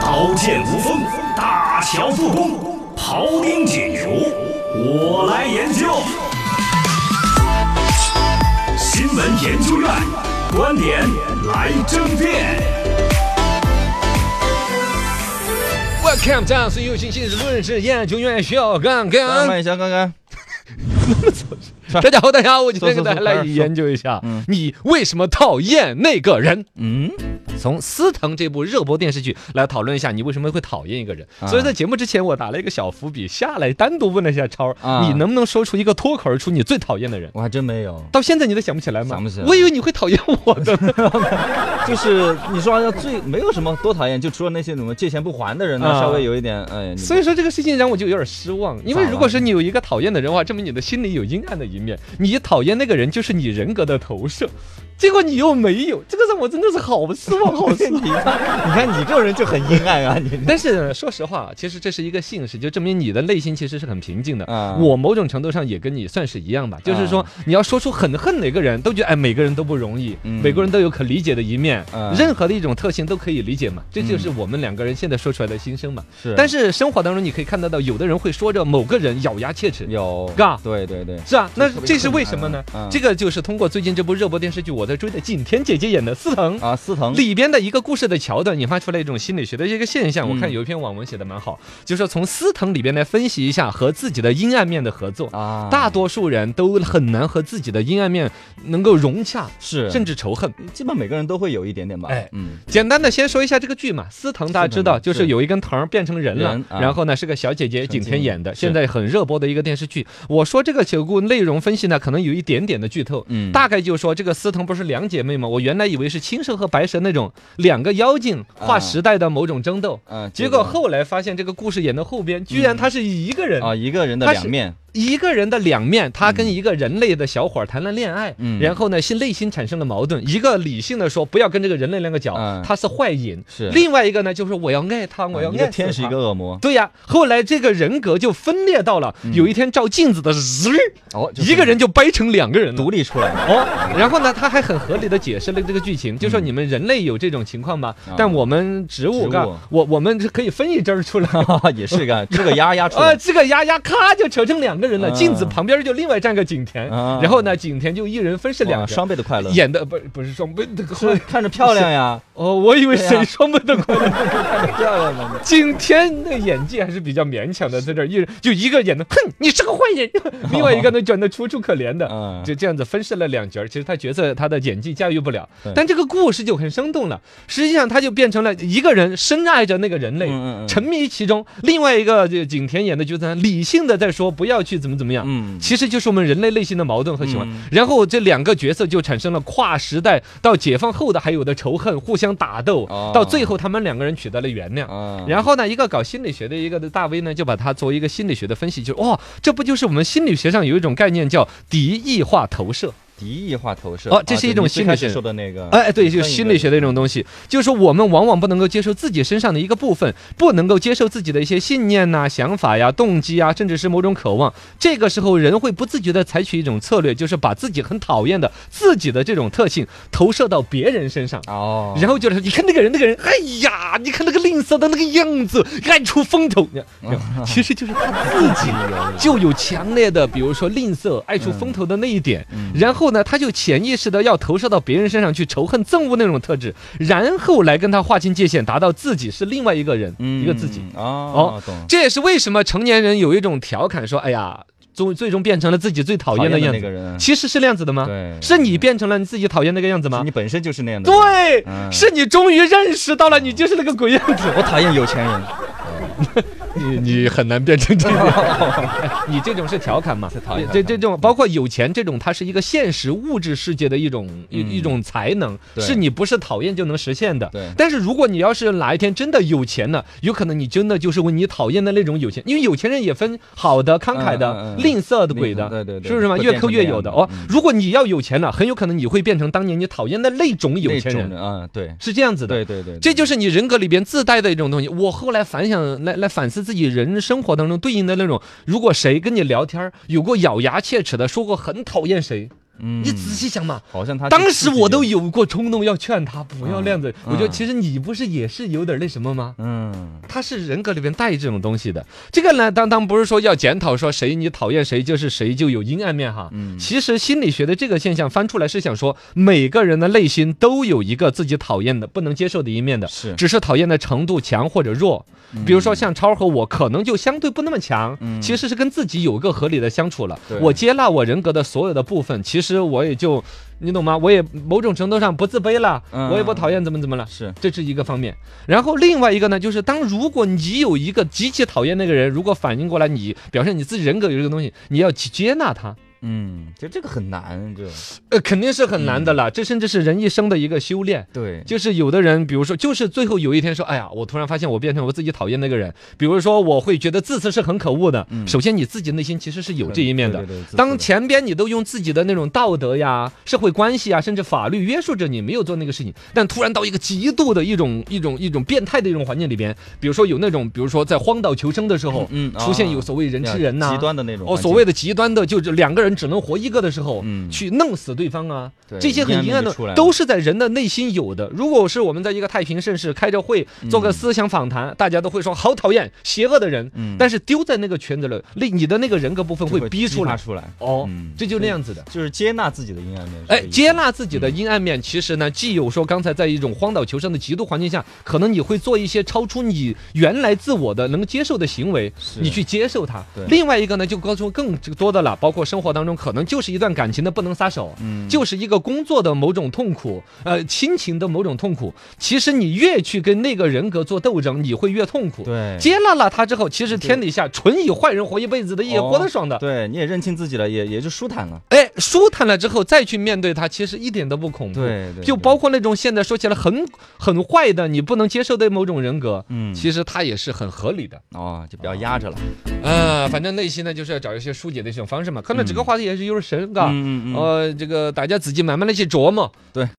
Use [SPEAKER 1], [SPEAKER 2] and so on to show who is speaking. [SPEAKER 1] 刀剑无锋，大乔复工，庖丁解牛，我来研究。新闻研究院观点来争辩。
[SPEAKER 2] Welcome，这样是有信息论事研究院小刚
[SPEAKER 3] 咱
[SPEAKER 2] 刚。
[SPEAKER 3] 们先看看，
[SPEAKER 2] 大家好，大家好，我今天
[SPEAKER 3] 说
[SPEAKER 2] 跟大家
[SPEAKER 3] 说说
[SPEAKER 2] 来
[SPEAKER 3] 说
[SPEAKER 2] 研究一下
[SPEAKER 3] 嗯，
[SPEAKER 2] 你为什么讨厌那个人？
[SPEAKER 3] 嗯，
[SPEAKER 2] 从《司藤》这部热播电视剧来讨论一下，你为什么会讨厌一个人？
[SPEAKER 3] 啊
[SPEAKER 2] 所以在节目之前，我打了一个小伏笔，下来单独问了一下超儿，
[SPEAKER 3] 啊
[SPEAKER 2] 你能不能说出一个脱口而出你最讨厌的人？
[SPEAKER 3] 我还真没有，
[SPEAKER 2] 到现在你都想不起来吗？
[SPEAKER 3] 想不起来
[SPEAKER 2] 我以为你会讨厌我的。
[SPEAKER 3] 就是你说好像最没有什么多讨厌，就除了那些什么借钱不还的人呢，
[SPEAKER 2] 啊
[SPEAKER 3] 稍微有一点，哎，你
[SPEAKER 2] 所以说这个事情让我就有点失望，因为
[SPEAKER 3] 咋了
[SPEAKER 2] 如果是你有一个讨厌的人的话，证明你的心里有阴暗的一面，你讨厌那个人就是你人格的投射，结果你又没有，这个让我真的是好失望， 好失
[SPEAKER 3] 你啊
[SPEAKER 2] 望。
[SPEAKER 3] 看，你看你这种人就很阴暗啊，你
[SPEAKER 2] 但是说实话，其实这是一个幸事，就证明你的内心其实是很平静的。
[SPEAKER 3] 啊
[SPEAKER 2] 我某种程度上也跟你算是一
[SPEAKER 3] 嗯
[SPEAKER 2] 样吧，就是说你要说出很恨哪个人，都觉得哎每个人都不容易，
[SPEAKER 3] 嗯
[SPEAKER 2] 每个人都有可理解的一面，
[SPEAKER 3] 嗯
[SPEAKER 2] 任何的一种特性都可以理解嘛，这就是
[SPEAKER 3] 嗯
[SPEAKER 2] 我们两个人现在说出来的心声嘛。
[SPEAKER 3] 是
[SPEAKER 2] 但是生活当中你可以看得到，有的人会说着某个人咬牙切齿，
[SPEAKER 3] 有
[SPEAKER 2] 嘎
[SPEAKER 3] 对对对，
[SPEAKER 2] 是啊，那
[SPEAKER 3] 这特别
[SPEAKER 2] 这是
[SPEAKER 3] 困
[SPEAKER 2] 为
[SPEAKER 3] 难
[SPEAKER 2] 什么呢
[SPEAKER 3] 啊？嗯
[SPEAKER 2] 这个就是通过最近这部热播电视剧我在追的景甜姐姐演的司藤。
[SPEAKER 3] 啊，司藤，
[SPEAKER 2] 里边的一个故事的桥段引发出来一种心理学的一个现象，我看
[SPEAKER 3] 嗯
[SPEAKER 2] 有一篇网文写的蛮好，就说从司藤里边来分析一下和自己的阴暗面的合作。
[SPEAKER 3] 啊，
[SPEAKER 2] 大多数人都很难和自己的阴暗面能够融洽，
[SPEAKER 3] 是，
[SPEAKER 2] 甚至仇恨。
[SPEAKER 3] 基本每个人都会有一点点吧，
[SPEAKER 2] 哎
[SPEAKER 3] 嗯，
[SPEAKER 2] 简单的先说一下这个剧嘛，司藤大家知道，
[SPEAKER 3] 司藤
[SPEAKER 2] 就是有一根藤儿变成人了，
[SPEAKER 3] 人啊
[SPEAKER 2] 然后呢是个小姐姐
[SPEAKER 3] 曾
[SPEAKER 2] 景
[SPEAKER 3] 经
[SPEAKER 2] 甜演的，
[SPEAKER 3] 是
[SPEAKER 2] 现在很热播的一个电视剧。我说这个解故内容分析呢，可能有一点点的剧透。
[SPEAKER 3] 嗯
[SPEAKER 2] 大概就说这个司藤不是两姐妹吗？我原来以为是青蛇和白蛇那种两个妖精划
[SPEAKER 3] 啊
[SPEAKER 2] 时代的某种争斗，
[SPEAKER 3] 嗯，
[SPEAKER 2] 结果后来发现这个故事演到后边，居然她是一个人
[SPEAKER 3] 啊，一个人的
[SPEAKER 2] 他
[SPEAKER 3] 两
[SPEAKER 2] 是
[SPEAKER 3] 面，
[SPEAKER 2] 一个人的两面，他跟一个人类的小伙儿谈了恋爱，
[SPEAKER 3] 嗯
[SPEAKER 2] 然后呢，心内心产生了矛盾。一个理性的说不要跟这个人类那个脚，
[SPEAKER 3] 嗯
[SPEAKER 2] 他是坏人；
[SPEAKER 3] 是
[SPEAKER 2] 另外一个呢，就是我要爱他，我要
[SPEAKER 3] 啊
[SPEAKER 2] 爱
[SPEAKER 3] 一个
[SPEAKER 2] 死
[SPEAKER 3] 天使一
[SPEAKER 2] 他
[SPEAKER 3] 个。恶魔，
[SPEAKER 2] 对呀，后来这个人格就分裂到了，有一天照镜子的时候，
[SPEAKER 3] 哦，就
[SPEAKER 2] 一个
[SPEAKER 3] 是
[SPEAKER 2] 嗯人就掰成两个人了。
[SPEAKER 3] 独立出来了，
[SPEAKER 2] 哦，然后呢，他还很合理的解释了这个剧情，就说你们人类有这种情况吧，
[SPEAKER 3] 啊
[SPEAKER 2] 但我们嗯植物
[SPEAKER 3] 植物
[SPEAKER 2] 干，我我们是可以分一针儿出来。
[SPEAKER 3] 也是个这个压压 出
[SPEAKER 2] 啊，
[SPEAKER 3] 来，
[SPEAKER 2] 这个丫丫咔就扯成两个人了，
[SPEAKER 3] 啊
[SPEAKER 2] 镜子旁边就另外站个景甜，
[SPEAKER 3] 啊
[SPEAKER 2] 然后呢，景甜就一人分饰两
[SPEAKER 3] 哇
[SPEAKER 2] 个，
[SPEAKER 3] 双倍的快乐，
[SPEAKER 2] 演的不不是双倍的快
[SPEAKER 3] 是
[SPEAKER 2] 乐，
[SPEAKER 3] 看着漂亮呀，
[SPEAKER 2] 哦，我以为
[SPEAKER 3] 对
[SPEAKER 2] 谁
[SPEAKER 3] 啊
[SPEAKER 2] 双倍的快乐，
[SPEAKER 3] 看着漂亮嘛。
[SPEAKER 2] 景甜的演技还是比较勉强的，在这儿一人就一个演的，哼，你是个坏人，另外一个呢转的楚楚可怜的。
[SPEAKER 3] 嗯，
[SPEAKER 2] 就这样子分饰了两角儿，其实他角色他的演技驾驭不了
[SPEAKER 3] 对，
[SPEAKER 2] 但这个故事就很生动了。实际上，他就变成了一个人深爱着那个人类，
[SPEAKER 3] 嗯嗯嗯
[SPEAKER 2] 沉迷其中；另外一个就景甜演的就是他理性的在说不要去怎么怎么样，
[SPEAKER 3] 嗯
[SPEAKER 2] 其实就是我们人类内心的矛盾和喜欢
[SPEAKER 3] 嗯。
[SPEAKER 2] 然后这两个角色就产生了跨时代到解放后的还有的仇恨，互相打斗
[SPEAKER 3] 哦，
[SPEAKER 2] 到最后他们两个人取得了原谅。
[SPEAKER 3] 啊，
[SPEAKER 2] 然后呢，一个搞心理学的一个的大 V 呢，就把它作为一个心理学的分析，就是哇、这不就是我们心理学上有一种概念叫敌意化投射？
[SPEAKER 3] 敌意化投射
[SPEAKER 2] 哦这是一
[SPEAKER 3] 就
[SPEAKER 2] 种
[SPEAKER 3] 你最
[SPEAKER 2] 心理
[SPEAKER 3] 开始
[SPEAKER 2] 学
[SPEAKER 3] 说的那个，
[SPEAKER 2] 哎，对，就是
[SPEAKER 3] 上一
[SPEAKER 2] 心
[SPEAKER 3] 个
[SPEAKER 2] 理学的一种东西，就是说我们往往不能够接受自己身上的一个部分，不能够接受自己的一些信念呐、想法呀、动机啊，甚至是某种渴望。这个时候，人会不自觉地采取一种策略，就是把自己很讨厌的自己的这种特性投射到别人身上。
[SPEAKER 3] 哦，
[SPEAKER 2] 然后就是你看那个人，那个人，哎呀，你看那个吝啬的那个样子，爱出风头，
[SPEAKER 3] 嗯
[SPEAKER 2] 其实就是他自 己就有强烈的，比如说吝啬、爱出风头的那一点。
[SPEAKER 3] 嗯
[SPEAKER 2] 然后呢，他就潜意识的要投射到别人身上去，仇恨、憎恶那种特质，然后来跟他划清界限，达到自己是另外一个人，
[SPEAKER 3] 嗯
[SPEAKER 2] 一个自己。
[SPEAKER 3] 哦，懂
[SPEAKER 2] 这也是为什么成年人有一种调侃说：“哎呀，终最终变成了自己最讨厌的样
[SPEAKER 3] 那
[SPEAKER 2] 子。
[SPEAKER 3] 个人，
[SPEAKER 2] 其实是那样子的吗？
[SPEAKER 3] 对，
[SPEAKER 2] 是你变成了你自己讨厌那个样子吗？
[SPEAKER 3] 你本身就是那样的，，
[SPEAKER 2] 对，
[SPEAKER 3] 嗯
[SPEAKER 2] 是你终于认识到了，你就是那个鬼样 子。
[SPEAKER 3] 我讨厌有钱人，
[SPEAKER 2] 你你很难变成这样， 你这种是调侃嘛
[SPEAKER 3] 是调？侃
[SPEAKER 2] 这这种包括有钱这种，它是一个现实物质世界的一种一
[SPEAKER 3] 嗯
[SPEAKER 2] 一种才能，
[SPEAKER 3] 对
[SPEAKER 2] 是你不是讨厌就能实现的
[SPEAKER 3] 对。
[SPEAKER 2] 但是如果你要是哪一天真的有钱了，有可能你真的就是为你讨厌的那种有钱，因为有钱人也分好的、慷慨的
[SPEAKER 3] 嗯、嗯嗯
[SPEAKER 2] 吝啬的、鬼的，
[SPEAKER 3] 吝啬对对对
[SPEAKER 2] 是不是嘛？
[SPEAKER 3] 会
[SPEAKER 2] 越
[SPEAKER 3] 变
[SPEAKER 2] 抠
[SPEAKER 3] 成
[SPEAKER 2] 越
[SPEAKER 3] 那样
[SPEAKER 2] 有的
[SPEAKER 3] 的
[SPEAKER 2] 哦
[SPEAKER 3] 嗯。
[SPEAKER 2] 如果你要有钱了，很有可能你会变成当年你讨厌的那种 有钱人，
[SPEAKER 3] 啊，对，
[SPEAKER 2] 是这样子的。
[SPEAKER 3] 对对对，
[SPEAKER 2] 这就是你人格里边自带的一种东西。我后来反想来来反思自己人生活当中对应的那种，如果谁跟你聊天儿有过咬牙切齿的说过很讨厌谁，
[SPEAKER 3] 嗯
[SPEAKER 2] 你仔细想嘛。
[SPEAKER 3] 好像他
[SPEAKER 2] 当时我都
[SPEAKER 3] 有，
[SPEAKER 2] 有过冲动要劝他不要那样子，
[SPEAKER 3] 嗯
[SPEAKER 2] 我觉得其实你不是也是有点那什么吗？
[SPEAKER 3] 嗯
[SPEAKER 2] 他是人格里边带这种东西的。这个呢，当当不是说要检讨说谁你讨厌谁就是谁就有阴暗面哈。
[SPEAKER 3] 嗯
[SPEAKER 2] 其实心理学的这个现象翻出来是想说，每个人的内心都有一个自己讨厌的、不能接受的一面的，
[SPEAKER 3] 是
[SPEAKER 2] 只是讨厌的程度强或者弱。比如说像超和我，可能就相对不那么强，
[SPEAKER 3] 嗯
[SPEAKER 2] 其实是跟自己有一个合理的相处了
[SPEAKER 3] 对。
[SPEAKER 2] 我接纳我人格的所有的部分，其实我也就。你懂吗？我也某种程度上不自卑了，
[SPEAKER 3] 嗯
[SPEAKER 2] 我也不讨厌怎么怎么了，
[SPEAKER 3] 是
[SPEAKER 2] 这是一个方面。然后另外一个呢，就是当如果你有一个极其讨厌那个人，如果反应过来你表现你自己人格有这个东西，你要去接纳他，
[SPEAKER 3] 嗯，就这个很难，这
[SPEAKER 2] 呃，肯定是很难的了。这甚至是人一生的一个修炼。
[SPEAKER 3] 对
[SPEAKER 2] 就是有的人，比如说，就是最后有一天说，哎呀，我突然发现我变成我自己讨厌那个人。比如说，我会觉得自私是很可恶的。
[SPEAKER 3] 嗯
[SPEAKER 2] 首先，你自己内心其实是有这一面的
[SPEAKER 3] 对对对自。私
[SPEAKER 2] 当
[SPEAKER 3] 的
[SPEAKER 2] 前边你都用自己的那种道德呀、社会关系啊，甚至法律约束着你没有做那个事情，但突然到一个极度的一种一种一种变态的一种环境里边，比如说有那种，比如说在荒岛求生的时候，
[SPEAKER 3] 嗯啊
[SPEAKER 2] 出现有所谓人吃人呐、
[SPEAKER 3] 极端的那种
[SPEAKER 2] 哦，
[SPEAKER 3] 环
[SPEAKER 2] 所
[SPEAKER 3] 境
[SPEAKER 2] 谓的极端的，就是两个人只能活一个的时候，
[SPEAKER 3] 嗯
[SPEAKER 2] 去弄死对方啊，
[SPEAKER 3] 对
[SPEAKER 2] 这些
[SPEAKER 3] 阴暗
[SPEAKER 2] 很阴
[SPEAKER 3] 面
[SPEAKER 2] 暗
[SPEAKER 3] 就
[SPEAKER 2] 的
[SPEAKER 3] 出来了
[SPEAKER 2] 都是在人的内心有的。如果是我们在一个太平盛世开着会
[SPEAKER 3] 嗯
[SPEAKER 2] 做个思想访谈，大家都会说好讨厌邪恶的人，
[SPEAKER 3] 嗯
[SPEAKER 2] 但是丢在那个圈子里，那你的那个人格部分
[SPEAKER 3] 就
[SPEAKER 2] 会逼
[SPEAKER 3] 激
[SPEAKER 2] 出
[SPEAKER 3] 发
[SPEAKER 2] 来。
[SPEAKER 3] 出来，
[SPEAKER 2] 哦
[SPEAKER 3] 嗯，
[SPEAKER 2] 这就那样子的。
[SPEAKER 3] 就是接纳自己的阴暗面。
[SPEAKER 2] 哎，接纳自己的
[SPEAKER 3] 嗯
[SPEAKER 2] 阴暗面，其实呢，既有说刚才在一种荒岛求生的极度环境下，可能你会做一些超出你原来自我的能接受的行为
[SPEAKER 3] 是，
[SPEAKER 2] 你去接受它
[SPEAKER 3] 对。
[SPEAKER 2] 另外一个呢，就告诉更多的了，包括生活当中可能就是一段感情的不能撒手，
[SPEAKER 3] 嗯
[SPEAKER 2] 就是一个工作的某种痛苦，呃，亲情的某种痛苦。其实你越去跟那个人格做斗争，你会越痛苦。
[SPEAKER 3] 对
[SPEAKER 2] 接纳了他之后，其实天底下纯以坏人活一辈子的也活得爽的。
[SPEAKER 3] 哦对，你也认清自己了，也也就舒坦了。
[SPEAKER 2] 哎，舒坦了之后再去面对它，其实一点都不恐怖。
[SPEAKER 3] 对对
[SPEAKER 2] 就
[SPEAKER 3] 对
[SPEAKER 2] 包括那种现在说起来很很坏的，你不能接受的某种人格，
[SPEAKER 3] 嗯
[SPEAKER 2] 其实它也是很合理的。
[SPEAKER 3] 哦，就不要压着了。
[SPEAKER 2] 呃，反正内心呢，就是要找一些疏解的一种方式嘛。可能这个话题也是有点深，嘎。
[SPEAKER 3] 嗯嗯嗯嗯
[SPEAKER 2] 呃，这个大家自己慢慢的去琢磨。